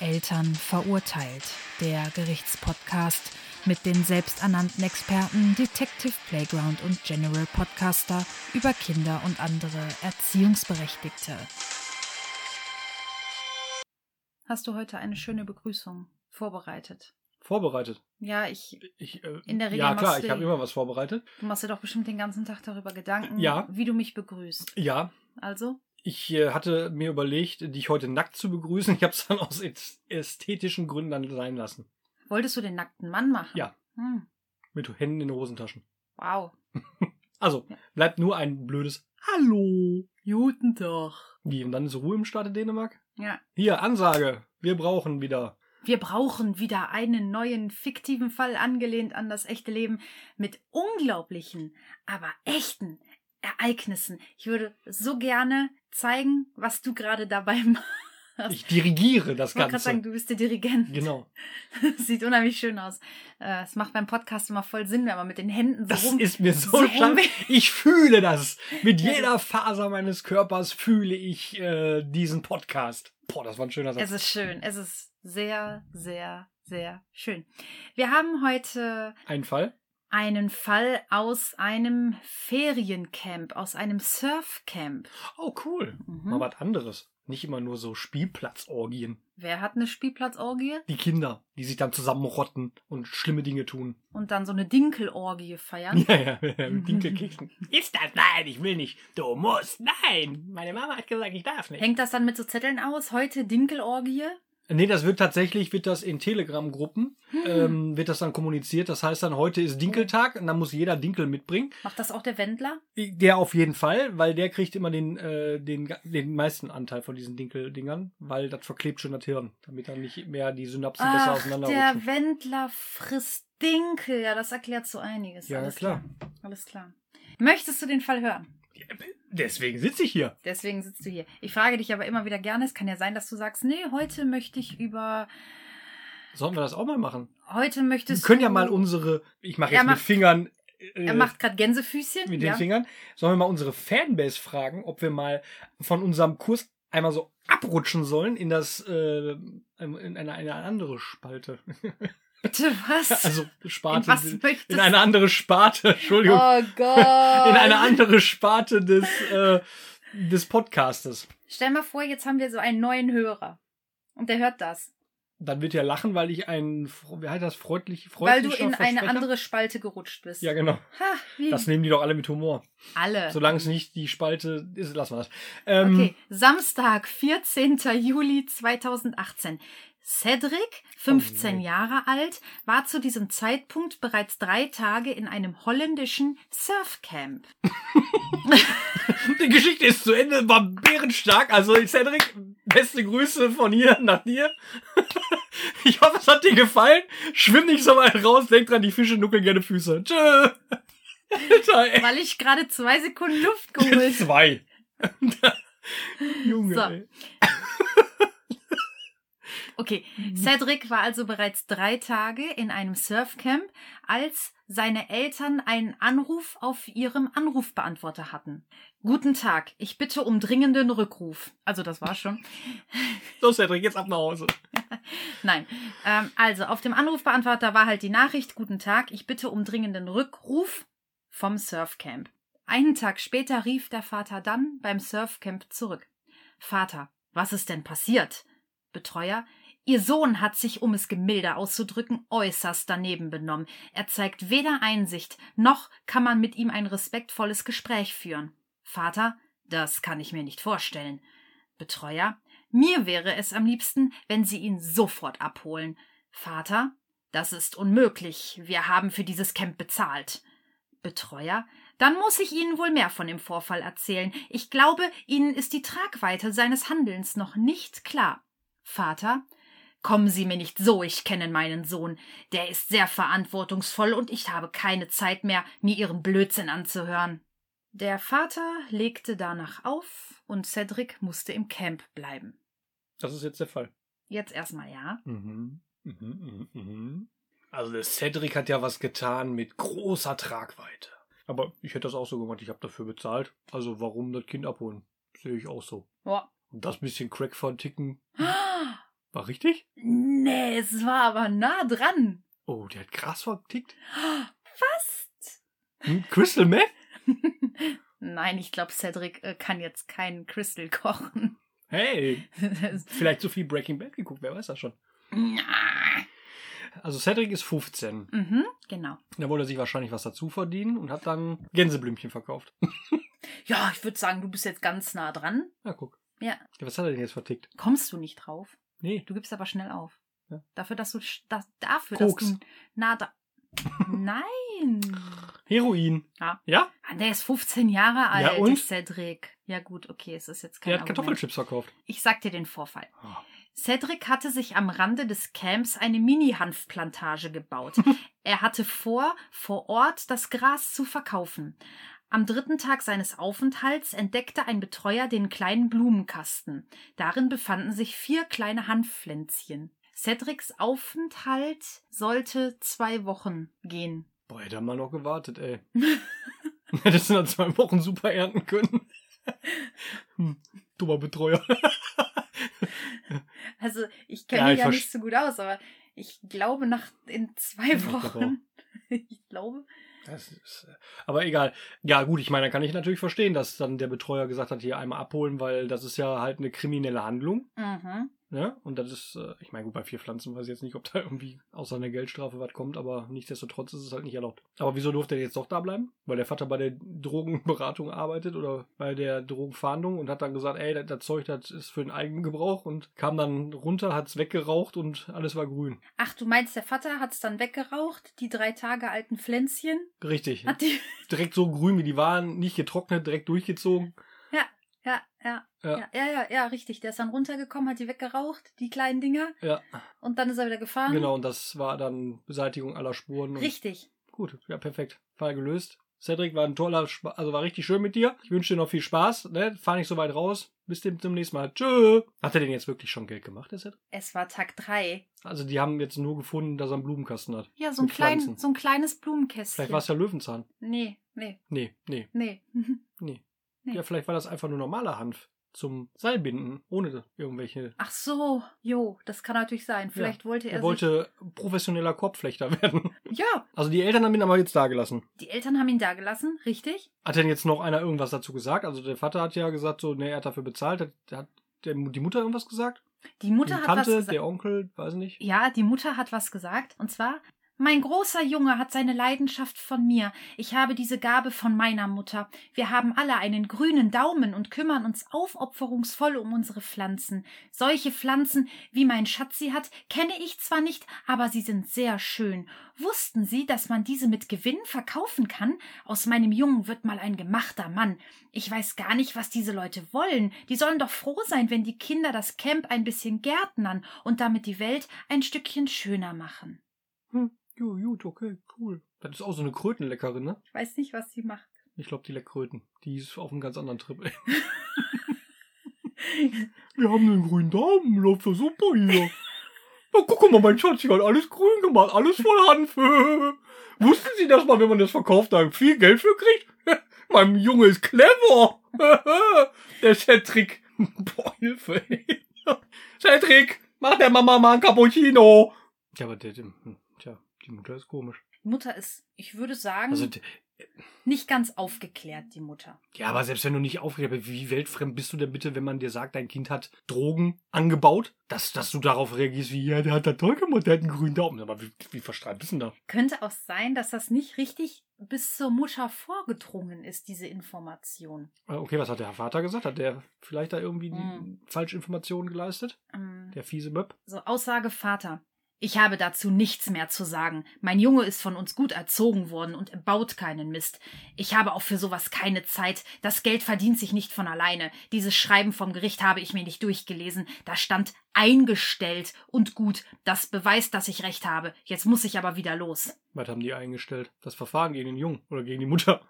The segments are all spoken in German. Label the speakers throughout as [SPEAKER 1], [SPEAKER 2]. [SPEAKER 1] Eltern verurteilt. Der Gerichtspodcast mit den selbsternannten Experten Detective Playground und General Podcaster über Kinder und andere Erziehungsberechtigte. Hast du heute eine schöne Begrüßung vorbereitet?
[SPEAKER 2] Vorbereitet.
[SPEAKER 1] Ja, ich.
[SPEAKER 2] Ich, äh,
[SPEAKER 1] In der Regel
[SPEAKER 2] ja, klar,
[SPEAKER 1] machst du-
[SPEAKER 2] ich habe immer was vorbereitet.
[SPEAKER 1] Du machst dir doch bestimmt den ganzen Tag darüber Gedanken,
[SPEAKER 2] Ja.
[SPEAKER 1] wie du mich begrüßt.
[SPEAKER 2] Ja,
[SPEAKER 1] Also,
[SPEAKER 2] ich äh, hatte mir überlegt, dich heute nackt zu begrüßen. Ich habe es dann aus äst- ästhetischen Gründen dann sein lassen.
[SPEAKER 1] wolltest du den nackten Mann machen?
[SPEAKER 2] Ja.
[SPEAKER 1] Hm,
[SPEAKER 2] Mit Händen in den Hosentaschen.
[SPEAKER 1] wow.
[SPEAKER 2] Also, bleibt nur ein blödes Hallo.
[SPEAKER 1] Guten Tag.
[SPEAKER 2] Wie, und dann ist Ruhe im Staate Dänemark?
[SPEAKER 1] Ja,
[SPEAKER 2] Hier, Ansage. Wir brauchen wieder.
[SPEAKER 1] Wir brauchen wieder einen neuen fiktiven Fall angelehnt an das echte Leben mit unglaublichen, aber echten Ereignissen. Ich würde so gerne zeigen, was du gerade dabei machst.
[SPEAKER 2] Ich dirigiere das
[SPEAKER 1] Ich wollte gerade sagen,
[SPEAKER 2] Ganze.
[SPEAKER 1] du bist der Dirigent.
[SPEAKER 2] Genau.
[SPEAKER 1] Das sieht unheimlich schön aus. Äh, Es macht beim Podcast immer voll Sinn, wenn man mit den Händen so
[SPEAKER 2] Das
[SPEAKER 1] rum.
[SPEAKER 2] ist mir so,
[SPEAKER 1] so
[SPEAKER 2] scheiße.
[SPEAKER 1] weh.
[SPEAKER 2] Ich fühle das. Mit
[SPEAKER 1] Ja.
[SPEAKER 2] jeder Faser meines Körpers fühle ich äh, diesen Podcast. Boah, das war ein schöner
[SPEAKER 1] Es
[SPEAKER 2] Satz.
[SPEAKER 1] ist schön. Es ist sehr, sehr, sehr schön. Wir haben heute
[SPEAKER 2] Ein Fall.
[SPEAKER 1] einen Fall aus einem Feriencamp, aus einem Surfcamp.
[SPEAKER 2] Oh, cool.
[SPEAKER 1] Mhm.
[SPEAKER 2] Mal was anderes. Nicht immer nur so Spielplatzorgien.
[SPEAKER 1] Wer hat eine Spielplatzorgie?
[SPEAKER 2] Die Kinder, die sich dann zusammenrotten und schlimme Dinge tun.
[SPEAKER 1] Und dann so eine Dinkelorgie feiern?
[SPEAKER 2] Ja, ja, ja, mit Dinkelkeksen. Ist das? Nein, ich will nicht. Du musst. Nein. Meine Mama hat gesagt, ich darf nicht.
[SPEAKER 1] Hängt das dann mit so Zetteln aus? Heute Dinkelorgie?
[SPEAKER 2] Nee, das wird tatsächlich, wird das in Telegram-Gruppen, ähm, wird das dann kommuniziert. Das heißt dann, heute ist Dinkeltag und dann muss jeder Dinkel mitbringen.
[SPEAKER 1] Macht das auch der Wendler?
[SPEAKER 2] Der auf jeden Fall, weil der kriegt immer den, äh, den, den meisten Anteil von diesen Dinkeldingern, weil das verklebt schon das Hirn, damit dann nicht mehr die Synapsen besser
[SPEAKER 1] Ach, der
[SPEAKER 2] auseinanderrutschen.
[SPEAKER 1] Wendler frisst Dinkel. Ja, das erklärt so einiges.
[SPEAKER 2] Ja,
[SPEAKER 1] Alles
[SPEAKER 2] klar.
[SPEAKER 1] Alles klar. Möchtest du den Fall hören?
[SPEAKER 2] Deswegen sitze ich hier.
[SPEAKER 1] Deswegen sitzt du hier. Ich frage dich aber immer wieder gerne. Es kann ja sein, dass du sagst, nee, heute möchte ich über...
[SPEAKER 2] Sollten wir das auch mal machen?
[SPEAKER 1] Heute möchtest
[SPEAKER 2] wir können
[SPEAKER 1] du...
[SPEAKER 2] ja mal um- unsere, ich mache
[SPEAKER 1] Er
[SPEAKER 2] jetzt mit
[SPEAKER 1] macht-
[SPEAKER 2] Fingern, äh,
[SPEAKER 1] Er macht gerade Gänsefüßchen.
[SPEAKER 2] mit den
[SPEAKER 1] ja.
[SPEAKER 2] Fingern, sollen wir mal unsere Fanbase fragen, ob wir mal von unserem Kurs einmal so abrutschen sollen in das, äh, in eine, eine andere Spalte.
[SPEAKER 1] Bitte was?
[SPEAKER 2] Also
[SPEAKER 1] In
[SPEAKER 2] Sparte,
[SPEAKER 1] was
[SPEAKER 2] in,
[SPEAKER 1] möchtest
[SPEAKER 2] eine andere Sparte, Entschuldigung.
[SPEAKER 1] Oh Gott.
[SPEAKER 2] in eine andere Sparte des, äh, des Podcastes.
[SPEAKER 1] Stell mal vor, jetzt haben wir so einen neuen Hörer. Und der hört das.
[SPEAKER 2] Dann wird er lachen, weil ich ein, wie heißt das, freundlich,
[SPEAKER 1] Weil
[SPEAKER 2] freundlicher
[SPEAKER 1] du in eine
[SPEAKER 2] Versprecher-
[SPEAKER 1] andere Spalte gerutscht bist.
[SPEAKER 2] Ja, genau.
[SPEAKER 1] Ha, wie
[SPEAKER 2] Das nehmen die doch alle mit Humor.
[SPEAKER 1] alle.
[SPEAKER 2] Solange es nicht die Spalte ist, lassen wir das. Ähm,
[SPEAKER 1] okay. Samstag, 14. Juli 2018. Cedric, 15
[SPEAKER 2] Oh nein.
[SPEAKER 1] Jahre alt, war zu diesem Zeitpunkt bereits drei Tage in einem holländischen Surfcamp.
[SPEAKER 2] Die Geschichte ist zu Ende, war bärenstark. Also, Cedric, beste Grüße von hier nach dir. Ich hoffe, es hat dir gefallen. Schwimm nicht so weit raus, denk dran, die Fische nuckeln gerne Füße. Tschö. Alter, ey.
[SPEAKER 1] Weil ich gerade zwei Sekunden Luft geholt
[SPEAKER 2] Zwei. Junge.
[SPEAKER 1] So.
[SPEAKER 2] ey.
[SPEAKER 1] Okay, Cedric war also bereits drei Tage in einem Surfcamp, als seine Eltern einen Anruf auf ihrem Anrufbeantworter hatten. Guten Tag, ich bitte um dringenden Rückruf. Also das war schon.
[SPEAKER 2] So, Cedric, jetzt ab nach Hause.
[SPEAKER 1] Nein. Ähm, also auf dem Anrufbeantworter war halt die Nachricht, guten Tag, ich bitte um dringenden Rückruf vom Surfcamp. Einen Tag später rief der Vater dann beim Surfcamp zurück. Vater, was ist denn passiert? Betreuer, Ihr Sohn hat sich, um es gemilder auszudrücken, äußerst daneben benommen. Er zeigt weder Einsicht, noch kann man mit ihm ein respektvolles Gespräch führen. Vater, das kann ich mir nicht vorstellen. Betreuer, mir wäre es am liebsten, wenn Sie ihn sofort abholen. Vater, das ist unmöglich. Wir haben für dieses Camp bezahlt. Betreuer, dann muss ich Ihnen wohl mehr von dem Vorfall erzählen. Ich glaube, Ihnen ist die Tragweite seines Handelns noch nicht klar. Vater, kommen Sie mir nicht so, ich kenne meinen Sohn. Der ist sehr verantwortungsvoll und ich habe keine Zeit mehr, mir Ihren Blödsinn anzuhören. Der Vater legte danach auf und Cedric musste im Camp bleiben.
[SPEAKER 2] Das ist jetzt der Fall.
[SPEAKER 1] Jetzt erstmal ja.
[SPEAKER 2] Mhm. Mhm, mhm, mhm. Also der Cedric hat ja was getan mit großer Tragweite. Aber ich hätte das auch so gemacht, ich habe dafür bezahlt. Also warum das Kind abholen? Sehe ich auch so.
[SPEAKER 1] Ja.
[SPEAKER 2] Und das bisschen Crack verticken. War richtig?
[SPEAKER 1] Nee, es war aber nah dran.
[SPEAKER 2] Oh, der hat Gras vertickt.
[SPEAKER 1] Fast.
[SPEAKER 2] Hm, Crystal Meth?
[SPEAKER 1] Nein, ich glaube, Cedric äh, kann jetzt keinen Crystal kochen.
[SPEAKER 2] Hey,
[SPEAKER 1] Das-
[SPEAKER 2] vielleicht so viel Breaking Bad geguckt, wer weiß das schon.
[SPEAKER 1] Na.
[SPEAKER 2] Also Cedric ist 15.
[SPEAKER 1] mhm, genau.
[SPEAKER 2] Da wollte er sich wahrscheinlich was dazu verdienen und hat dann Gänseblümchen verkauft.
[SPEAKER 1] Ja, ich würde sagen, du bist jetzt ganz nah dran.
[SPEAKER 2] Na guck.
[SPEAKER 1] Ja.
[SPEAKER 2] Ja, Was hat er denn jetzt vertickt?
[SPEAKER 1] Kommst du nicht drauf?
[SPEAKER 2] Nee.
[SPEAKER 1] Du gibst aber schnell auf.
[SPEAKER 2] Ja.
[SPEAKER 1] Dafür, dass du sch- das, dafür,
[SPEAKER 2] Koks.
[SPEAKER 1] dass du nah da. Nein.
[SPEAKER 2] Heroin.
[SPEAKER 1] Ja.
[SPEAKER 2] Ja?
[SPEAKER 1] Ah, Der ist 15 Jahre alt,
[SPEAKER 2] Ja, und?
[SPEAKER 1] ist Cedric. Ja gut, okay, es ist jetzt kein
[SPEAKER 2] Der hat
[SPEAKER 1] Argument.
[SPEAKER 2] Kartoffelchips verkauft.
[SPEAKER 1] Ich sag dir den Vorfall.
[SPEAKER 2] Ah.
[SPEAKER 1] Cedric hatte sich am Rande des Camps eine Mini-Hanfplantage gebaut. er hatte vor, vor Ort das Gras zu verkaufen. Am dritten Tag seines Aufenthalts entdeckte ein Betreuer den kleinen Blumenkasten. Darin befanden sich vier kleine Hanfflänzchen. Cedrics Aufenthalt sollte zwei Wochen gehen.
[SPEAKER 2] Boah, hätte er mal noch gewartet, ey. Hättest du nach zwei Wochen super ernten können. Hm, dummer Betreuer.
[SPEAKER 1] Also ich
[SPEAKER 2] Ja,
[SPEAKER 1] kenne mich
[SPEAKER 2] ich
[SPEAKER 1] ja
[SPEAKER 2] verst-
[SPEAKER 1] nicht so gut aus, aber ich glaube nach in zwei
[SPEAKER 2] Ich glaub auch.
[SPEAKER 1] Wochen. Ich glaube.
[SPEAKER 2] Das ist, äh, aber egal. Ja, gut, ich meine, da kann ich natürlich verstehen, dass dann der Betreuer gesagt hat, hier einmal abholen, weil das ist ja halt eine kriminelle Handlung.
[SPEAKER 1] Mhm.
[SPEAKER 2] Ne? Und das ist, äh, ich meine, gut, bei vier Pflanzen weiß ich jetzt nicht, ob da irgendwie außer einer Geldstrafe was kommt, aber nichtsdestotrotz ist es halt nicht erlaubt. Aber wieso durfte er jetzt doch da bleiben? Weil der Vater bei der Drogenberatung arbeitet oder bei der Drogenfahndung und hat dann gesagt, ey, das, das Zeug, das ist für den eigenen Gebrauch und kam dann runter, hat's weggeraucht und alles war grün.
[SPEAKER 1] Ach, du meinst, der Vater hat's dann weggeraucht, die drei Tage alten Pflänzchen?
[SPEAKER 2] Richtig.
[SPEAKER 1] Hat die.
[SPEAKER 2] Direkt so grün, wie die waren, nicht getrocknet, direkt durchgezogen.
[SPEAKER 1] Ja, ja.
[SPEAKER 2] Ja.
[SPEAKER 1] Ja, ja, ja, ja, richtig. Der ist dann runtergekommen, hat die weggeraucht, die kleinen Dinger,
[SPEAKER 2] Ja.
[SPEAKER 1] und dann ist er wieder gefahren.
[SPEAKER 2] Genau, und das war dann Beseitigung aller Spuren. Und
[SPEAKER 1] Ah. Richtig.
[SPEAKER 2] Gut, ja, perfekt. Fall gelöst. Cedric war ein toller, Spa also war richtig schön mit dir. Ich wünsche dir noch viel Spaß. Ne? Fahr nicht so weit raus. Bis dem, zum nächsten Mal. Tschö. Hat er den jetzt wirklich schon Geld gemacht, der Cedric?
[SPEAKER 1] Es war Tag drei.
[SPEAKER 2] Also die haben jetzt nur gefunden, dass er einen Blumenkasten hat.
[SPEAKER 1] Ja, so ein,
[SPEAKER 2] Mit Pflanzen.
[SPEAKER 1] klein, so ein kleines Blumenkästchen.
[SPEAKER 2] Vielleicht war es ja Löwenzahn.
[SPEAKER 1] Nee, nee,
[SPEAKER 2] Nee, nee,
[SPEAKER 1] nee.
[SPEAKER 2] nee,
[SPEAKER 1] Nee.
[SPEAKER 2] Ja, vielleicht war das einfach nur normaler Hanf zum Seilbinden, ohne irgendwelche.
[SPEAKER 1] Ach so, jo, das kann natürlich sein. Vielleicht wollte er,
[SPEAKER 2] Er wollte professioneller Korbflechter werden.
[SPEAKER 1] sich. Ja,
[SPEAKER 2] Also die Eltern haben ihn aber jetzt da gelassen.
[SPEAKER 1] die Eltern haben ihn da gelassen, richtig?
[SPEAKER 2] Hat denn jetzt noch einer irgendwas dazu gesagt? Also der Vater hat ja gesagt, so, nee, er hat dafür bezahlt. Hat, hat der, die Mutter irgendwas gesagt?
[SPEAKER 1] Die Mutter
[SPEAKER 2] die
[SPEAKER 1] hat was
[SPEAKER 2] Tante,
[SPEAKER 1] gesagt.
[SPEAKER 2] der Onkel, weiß nicht.
[SPEAKER 1] Ja, die Mutter hat was gesagt, und zwar Mein großer Junge hat seine Leidenschaft von mir. Ich habe diese Gabe von meiner Mutter. Wir haben alle einen grünen Daumen und kümmern uns aufopferungsvoll um unsere Pflanzen. Solche Pflanzen, wie mein Schatz sie hat, kenne ich zwar nicht, aber sie sind sehr schön. Wussten Sie, dass man diese mit Gewinn verkaufen kann? Aus meinem Jungen wird mal ein gemachter Mann. Ich weiß gar nicht, was diese Leute wollen. Die sollen doch froh sein, wenn die Kinder das Camp ein bisschen gärtnern und damit die Welt ein Stückchen schöner machen.
[SPEAKER 2] Jo, gut, okay, cool. Das ist auch so eine Krötenleckerin, ne?
[SPEAKER 1] Ich weiß nicht, was sie macht.
[SPEAKER 2] Ich glaube, die leckt Kröten. Die ist auf einem ganz anderen Trip. ey. Wir haben den grünen Daumen, läuft ja super hier. Na, guck mal, mein Schatz, hier hat alles grün gemacht, alles voll Hanf. Wussten Sie das mal, wenn man das verkauft, da viel Geld für kriegt? mein Junge ist clever. der Cedric. Boah, Hilfe, ey. Cedric, mach der Mama mal ein Cappuccino. Ja, aber der, der, tja, die Mutter ist komisch.
[SPEAKER 1] Die Mutter ist, ich würde sagen,
[SPEAKER 2] Also, d-
[SPEAKER 1] nicht ganz aufgeklärt, die Mutter.
[SPEAKER 2] Ja, aber selbst wenn du nicht aufgeregt bist, wie weltfremd bist du denn bitte, wenn man dir sagt, dein Kind hat Drogen angebaut, dass, dass du darauf reagierst wie, ja, der hat da toll gemacht, der hat einen grünen Daumen. Aber wie, wie verstrahlt bist du denn da?
[SPEAKER 1] Könnte auch sein, dass das nicht richtig bis zur Mutter vorgedrungen ist, diese Information.
[SPEAKER 2] Äh, Okay, was hat der Vater gesagt? Hat der vielleicht da irgendwie
[SPEAKER 1] Hm.
[SPEAKER 2] die Falschinformationen geleistet?
[SPEAKER 1] Ähm,
[SPEAKER 2] Der fiese Möb?
[SPEAKER 1] so, Aussage Vater. Ich habe dazu nichts mehr zu sagen. Mein Junge ist von uns gut erzogen worden und er baut keinen Mist. Ich habe auch für sowas keine Zeit. Das Geld verdient sich nicht von alleine. Dieses Schreiben vom Gericht habe ich mir nicht durchgelesen. Da stand eingestellt und gut. Das beweist, dass ich recht habe. Jetzt muss ich aber wieder los.
[SPEAKER 2] Was haben die eingestellt? Das Verfahren gegen den Jungen oder gegen die Mutter.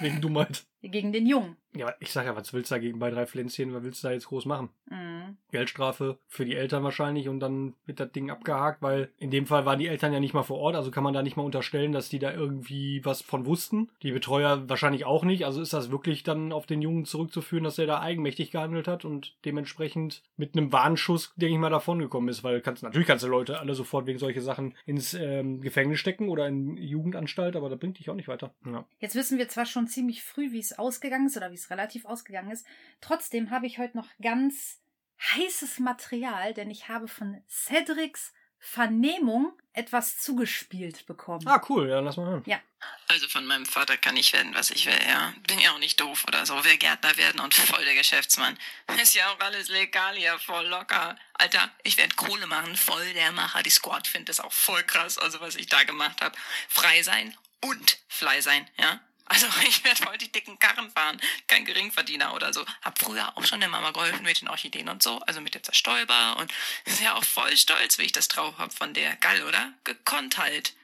[SPEAKER 2] Wegen Dummheit.
[SPEAKER 1] Gegen den Jungen.
[SPEAKER 2] Ja, ich sag ja, was willst du dagegen bei drei Pflänzchen? Was willst du da jetzt groß machen?
[SPEAKER 1] Mhm.
[SPEAKER 2] Geldstrafe für die Eltern wahrscheinlich und dann wird das Ding abgehakt, weil in dem Fall waren die Eltern ja nicht mal vor Ort, also kann man da nicht mal unterstellen, dass die da irgendwie was von wussten. Die Betreuer wahrscheinlich auch nicht, also ist das wirklich dann auf den Jungen zurückzuführen, dass er da eigenmächtig gehandelt hat und dementsprechend mit einem Warnschuss, denke ich mal, davongekommen ist, weil kannst, natürlich kannst du Leute alle sofort wegen solcher Sachen ins ähm, Gefängnis stecken oder in Jugendanstalt, aber das bringt dich auch nicht weiter. Ja.
[SPEAKER 1] Jetzt wissen wir zwar schon ziemlich früh, wie es ausgegangen ist oder wie es relativ ausgegangen ist. Trotzdem habe ich heute noch ganz heißes Material, denn ich habe von Cedrics Vernehmung etwas zugespielt bekommen.
[SPEAKER 2] Ah, cool, ja, lass mal hören.
[SPEAKER 3] Also von meinem Vater kann ich werden, was ich will, ja. Bin ja auch nicht doof oder so, will Gärtner werden und voll der Geschäftsmann. Ist ja auch alles legal hier, voll locker. Alter, ich werde Kohle machen, voll der Macher. Die Squad findet das auch voll krass, also was ich da gemacht habe. Frei sein und fly sein, ja. Also ich werde voll die dicken Karren fahren, kein Geringverdiener oder so. Hab früher auch schon der Mama geholfen mit den Orchideen und so, also mit der Zerstäuber und ist ja auch voll stolz, wie ich das drauf hab von der. Geil, oder? Gekonnt halt.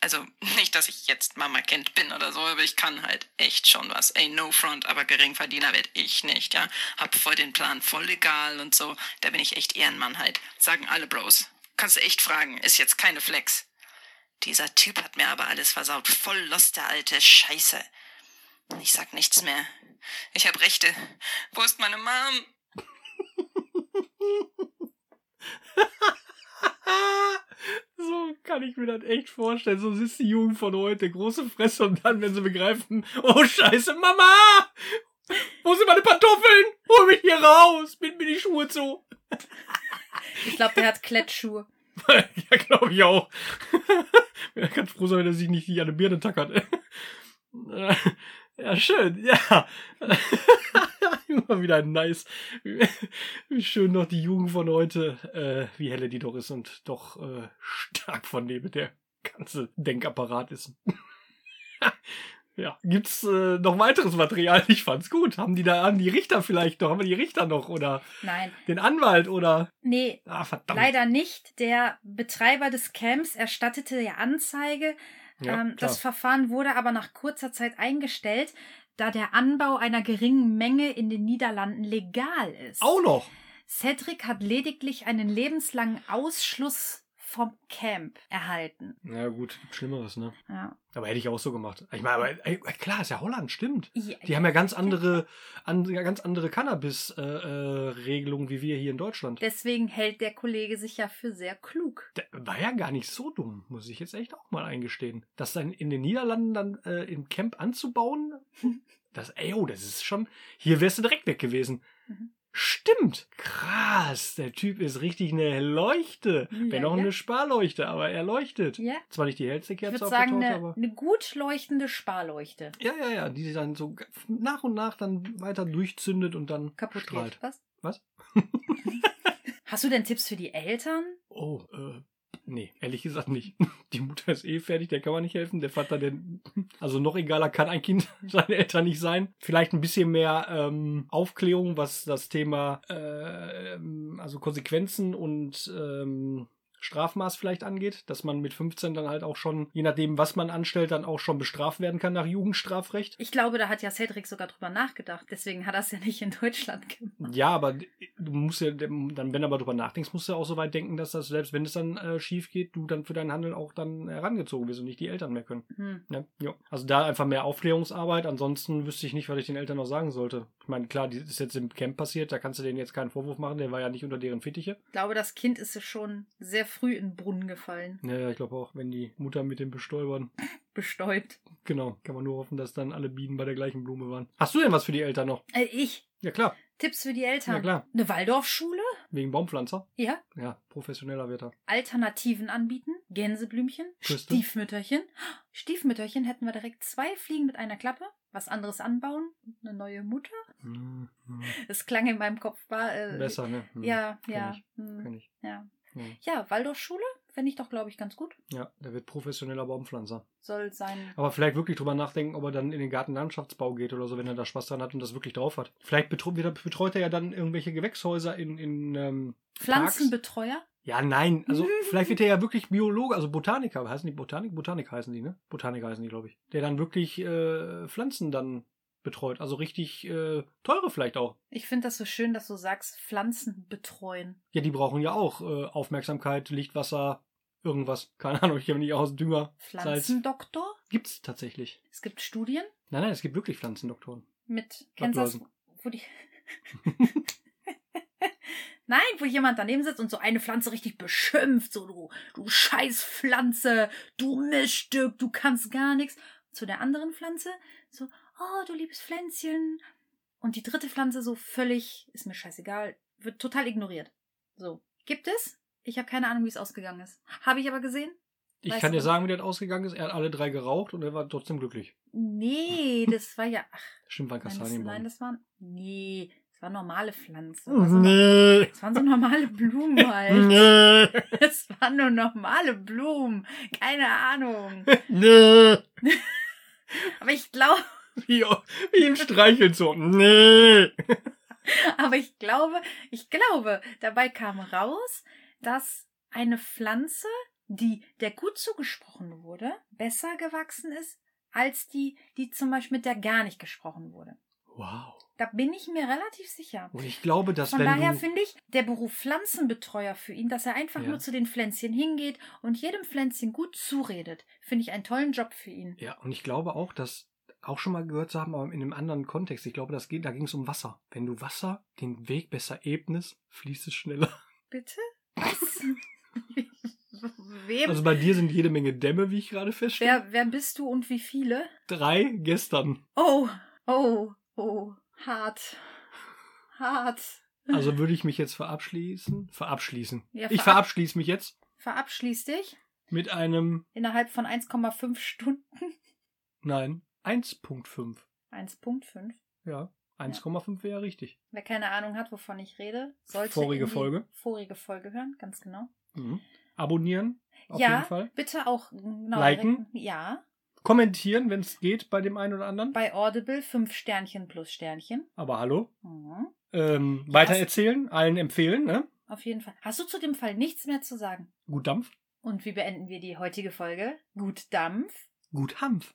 [SPEAKER 3] Also nicht, dass ich jetzt Mama Kind bin oder so, aber ich kann halt echt schon was. Ey, no front, aber Geringverdiener werd ich nicht, ja. Hab voll den Plan, voll legal und so. Da bin ich echt Ehrenmann halt. Sagen alle Bros. Kannst du echt fragen, ist jetzt keine Flex. Dieser Typ hat mir aber alles versaut. Voll los, der alte Scheiße. Ich sag nichts mehr. Ich hab Rechte. Wo ist meine Mom?
[SPEAKER 2] So kann ich mir das echt vorstellen. So sitzt die Jugend von heute, große Fresse und dann, wenn sie begreifen, oh Scheiße, Mama! Wo sind meine Pantoffeln? Hol mich hier raus! Bind mir die Schuhe zu!
[SPEAKER 1] Ich glaube, der hat Klettschuhe.
[SPEAKER 2] ja, glaube ich auch. Er kann froh sein, wenn er sich nicht die an eine Birne tackert. ja, schön, ja. Immer wieder nice. Wie schön noch die Jugend von heute, äh, wie helle die doch ist und doch äh, stark von dem der ganze Denkapparat ist. ja, gibt's äh, noch weiteres Material? Ich fand's gut. Haben die da haben die Richter vielleicht noch? Haben wir die Richter noch oder
[SPEAKER 1] Nein.
[SPEAKER 2] den Anwalt oder?
[SPEAKER 1] Nee,
[SPEAKER 2] Ah, verdammt.
[SPEAKER 1] leider nicht. Der Betreiber des Camps erstattete ja Anzeige.
[SPEAKER 2] Ja,
[SPEAKER 1] ähm, das
[SPEAKER 2] klar.
[SPEAKER 1] Verfahren wurde aber nach kurzer Zeit eingestellt, da der Anbau einer geringen Menge in den Niederlanden legal ist.
[SPEAKER 2] auch noch.
[SPEAKER 1] Cedric hat lediglich einen lebenslangen Ausschluss vom Camp erhalten.
[SPEAKER 2] Ja gut, gibt Schlimmeres, ne?
[SPEAKER 1] Ja.
[SPEAKER 2] Aber hätte ich auch so gemacht. Ich meine, aber ey, klar, ist ja Holland, stimmt.
[SPEAKER 1] Ja,
[SPEAKER 2] Die haben ja ganz andere, an, ganz andere Cannabis-Regelungen wie wir hier in Deutschland.
[SPEAKER 1] Deswegen hält der Kollege sich ja für sehr klug.
[SPEAKER 2] Der war ja gar nicht so dumm, muss ich jetzt echt auch mal eingestehen. Das dann in den Niederlanden dann äh, im Camp anzubauen, das, ey, oh, das ist schon, hier wärst du direkt weg gewesen.
[SPEAKER 1] Mhm.
[SPEAKER 2] Stimmt. Krass, der Typ ist richtig eine Leuchte.
[SPEAKER 1] Ja,
[SPEAKER 2] Wenn auch
[SPEAKER 1] ja.
[SPEAKER 2] eine Sparleuchte, aber er leuchtet.
[SPEAKER 1] Ja,
[SPEAKER 2] Zwar nicht die hellste
[SPEAKER 1] ich
[SPEAKER 2] Kerze
[SPEAKER 1] würde
[SPEAKER 2] auf
[SPEAKER 1] sagen,
[SPEAKER 2] der Torte,
[SPEAKER 1] eine,
[SPEAKER 2] aber...
[SPEAKER 1] eine gut leuchtende Sparleuchte.
[SPEAKER 2] Ja, ja, ja, die sie dann so g- nach und nach dann weiter durchzündet und dann
[SPEAKER 1] Kaputt
[SPEAKER 2] strahlt.
[SPEAKER 1] geht. Was?
[SPEAKER 2] Was?
[SPEAKER 1] Hast du denn Tipps für die Eltern?
[SPEAKER 2] Oh, äh, nee, ehrlich gesagt nicht. Die Mutter ist eh fertig, der kann man nicht helfen. Der Vater, der, also noch egaler kann ein Kind seine Eltern nicht sein. Vielleicht ein bisschen mehr ähm, Aufklärung, was das Thema, äh, ähm, also Konsequenzen und ähm, Strafmaß vielleicht angeht, dass man mit 15 dann halt auch schon, je nachdem, was man anstellt, dann auch schon bestraft werden kann nach Jugendstrafrecht.
[SPEAKER 1] Ich glaube, da hat ja Cedric sogar drüber nachgedacht. Deswegen hat er es ja nicht in Deutschland gemacht.
[SPEAKER 2] Ja, aber du musst ja, dann, wenn du aber drüber nachdenkst, musst du ja auch so weit denken, dass das, selbst wenn es dann äh, schief geht, du dann für deinen Handel auch dann herangezogen wirst und nicht die Eltern mehr können.
[SPEAKER 1] Hm.
[SPEAKER 2] Ne? Ja. Also da einfach mehr Aufklärungsarbeit, ansonsten wüsste ich nicht, was ich den Eltern noch sagen sollte. Ich meine, klar, das ist jetzt im Camp passiert, da kannst du denen jetzt keinen Vorwurf machen, der war ja nicht unter deren Fittiche.
[SPEAKER 1] Ich glaube, das Kind ist schon sehr früh in den Brunnen gefallen.
[SPEAKER 2] Naja, ich glaube auch, wenn die Mutter mit dem bestäubern.
[SPEAKER 1] Bestäubt.
[SPEAKER 2] Genau, kann man nur hoffen, dass dann alle Bienen bei der gleichen Blume waren. Hast du denn was für die Eltern noch?
[SPEAKER 1] Äh, ich.
[SPEAKER 2] Ja klar,
[SPEAKER 1] Tipps für die Eltern.
[SPEAKER 2] Ja, klar.
[SPEAKER 1] Eine Waldorfschule?
[SPEAKER 2] wegen Baumpflanzer.
[SPEAKER 1] Ja.
[SPEAKER 2] Ja, professioneller wird er.
[SPEAKER 1] Alternativen anbieten. Gänseblümchen.
[SPEAKER 2] Küste.
[SPEAKER 1] Stiefmütterchen. Stiefmütterchen hätten wir direkt zwei Fliegen mit einer Klappe. Was anderes anbauen. Eine neue Mutter.
[SPEAKER 2] Hm, hm.
[SPEAKER 1] Das klang in meinem Kopf. War, äh,
[SPEAKER 2] Besser, ne? Hm.
[SPEAKER 1] Ja,
[SPEAKER 2] Kenn
[SPEAKER 1] ja.
[SPEAKER 2] ich.
[SPEAKER 1] hm,
[SPEAKER 2] Kenn ich.
[SPEAKER 1] Ja.
[SPEAKER 2] Hm.
[SPEAKER 1] Ja, Waldorfschule fände ich doch, glaube ich, ganz gut.
[SPEAKER 2] Ja, der wird professioneller Baumpflanzer.
[SPEAKER 1] Soll sein.
[SPEAKER 2] Aber vielleicht wirklich drüber nachdenken, ob er dann in den Gartenlandschaftsbau geht oder so, wenn er da Spaß dran hat und das wirklich drauf hat. Vielleicht betro wieder betreut er ja dann irgendwelche Gewächshäuser in, in ähm,
[SPEAKER 1] Pflanzenbetreuer?
[SPEAKER 2] ja, nein, also vielleicht wird er ja wirklich Biologe, also Botaniker, heißen die Botanik? Botanik heißen die, ne? Botanik heißen die, glaube ich. Der dann wirklich äh, Pflanzen dann betreut. Also richtig äh, teure vielleicht auch.
[SPEAKER 1] Ich finde das so schön, dass du sagst, Pflanzen betreuen.
[SPEAKER 2] Ja, die brauchen ja auch äh, Aufmerksamkeit, Lichtwasser, irgendwas. Keine Ahnung, ich kenne mich nicht aus. Dünger, Salz.
[SPEAKER 1] Pflanzendoktor?
[SPEAKER 2] Gibt's tatsächlich.
[SPEAKER 1] Es gibt Studien
[SPEAKER 2] Nein, nein, es gibt wirklich Pflanzendoktoren.
[SPEAKER 1] mit kennst du das,
[SPEAKER 2] Blasen.
[SPEAKER 1] wo die Nein, wo jemand daneben sitzt und so eine Pflanze richtig beschimpft, so du, du scheiß Pflanze, du Miststück, du kannst gar nichts. Zu der anderen Pflanze so, oh, du liebes Pflänzchen. Und die dritte Pflanze so völlig, ist mir scheißegal, wird total ignoriert. So, gibt es? Ich habe keine Ahnung, wie es ausgegangen ist. Habe ich aber gesehen?
[SPEAKER 2] Ich
[SPEAKER 1] Weißt
[SPEAKER 2] kann
[SPEAKER 1] du-
[SPEAKER 2] dir sagen, wie das ausgegangen ist. Er hat alle drei geraucht und er war trotzdem glücklich.
[SPEAKER 1] Nee, das war ja,
[SPEAKER 2] Stimmt, war ein
[SPEAKER 1] Nein das,
[SPEAKER 2] Kastanienbaum. Mhm.
[SPEAKER 1] nein, das waren. Nee, das waren normale Also, Pflanzen.
[SPEAKER 2] Hm,
[SPEAKER 1] Das waren, so,
[SPEAKER 2] Nee.
[SPEAKER 1] das waren so normale Blumen halt.
[SPEAKER 2] Nee.
[SPEAKER 1] Das waren nur normale Blumen. Keine Ahnung.
[SPEAKER 2] Nee.
[SPEAKER 1] Aber ich glaube,
[SPEAKER 2] Wie, wie im Streicheln so. Nee.
[SPEAKER 1] aber ich glaube, ich glaube, dabei kam raus, dass eine Pflanze, die der gut zugesprochen wurde, besser gewachsen ist, als die, die zum Beispiel mit der gar nicht gesprochen wurde.
[SPEAKER 2] Wow.
[SPEAKER 1] Da bin ich mir relativ sicher.
[SPEAKER 2] Und ich glaube, dass
[SPEAKER 1] Von
[SPEAKER 2] wenn
[SPEAKER 1] daher
[SPEAKER 2] du...
[SPEAKER 1] finde ich, der Beruf Pflanzenbetreuer für ihn, dass er einfach
[SPEAKER 2] Ja.
[SPEAKER 1] nur zu den Pflänzchen hingeht und jedem Pflänzchen gut zuredet, finde ich einen tollen Job für ihn.
[SPEAKER 2] Ja, und ich glaube auch, dass auch schon mal gehört zu haben, aber in einem anderen Kontext. Ich glaube, das geht, da ging es um Wasser. Wenn du Wasser den Weg besser ebnest, fließt es schneller.
[SPEAKER 1] Bitte? Was? Wem?
[SPEAKER 2] Also bei dir sind jede Menge Dämme, wie ich gerade feststelle.
[SPEAKER 1] wer, wer bist du und wie viele?
[SPEAKER 2] Drei gestern.
[SPEAKER 1] Oh, oh, oh, hart. Hart.
[SPEAKER 2] Also würde ich mich jetzt verabschließen. Verabschließen.
[SPEAKER 1] Ja,
[SPEAKER 2] ich
[SPEAKER 1] verab-
[SPEAKER 2] verabschließe mich jetzt
[SPEAKER 1] Verabschließ dich
[SPEAKER 2] mit einem,
[SPEAKER 1] innerhalb von 1,5 Stunden.
[SPEAKER 2] nein, 1.5.
[SPEAKER 1] 1,5.
[SPEAKER 2] Ja, 1,5 wäre richtig.
[SPEAKER 1] Wer keine Ahnung hat, wovon ich rede, sollte
[SPEAKER 2] Vorige
[SPEAKER 1] in die
[SPEAKER 2] Folge.
[SPEAKER 1] vorige Folge hören, ganz genau.
[SPEAKER 2] Mhm. Abonnieren, auf
[SPEAKER 1] Ja.
[SPEAKER 2] jeden Fall.
[SPEAKER 1] Bitte auch genau,
[SPEAKER 2] Liken?
[SPEAKER 1] direkt- Ja.
[SPEAKER 2] Kommentieren, wenn es geht, bei dem einen oder anderen.
[SPEAKER 1] Bei Audible fünf Sternchen plus Sternchen.
[SPEAKER 2] Aber hallo.
[SPEAKER 1] Mhm.
[SPEAKER 2] Ähm, weitererzählen, allen empfehlen, ne?
[SPEAKER 1] Auf jeden Fall. Hast du zu dem Fall nichts mehr zu sagen?
[SPEAKER 2] Gut Dampf.
[SPEAKER 1] Und wie beenden wir die heutige Folge? Gut Dampf.
[SPEAKER 2] Gut Hanf.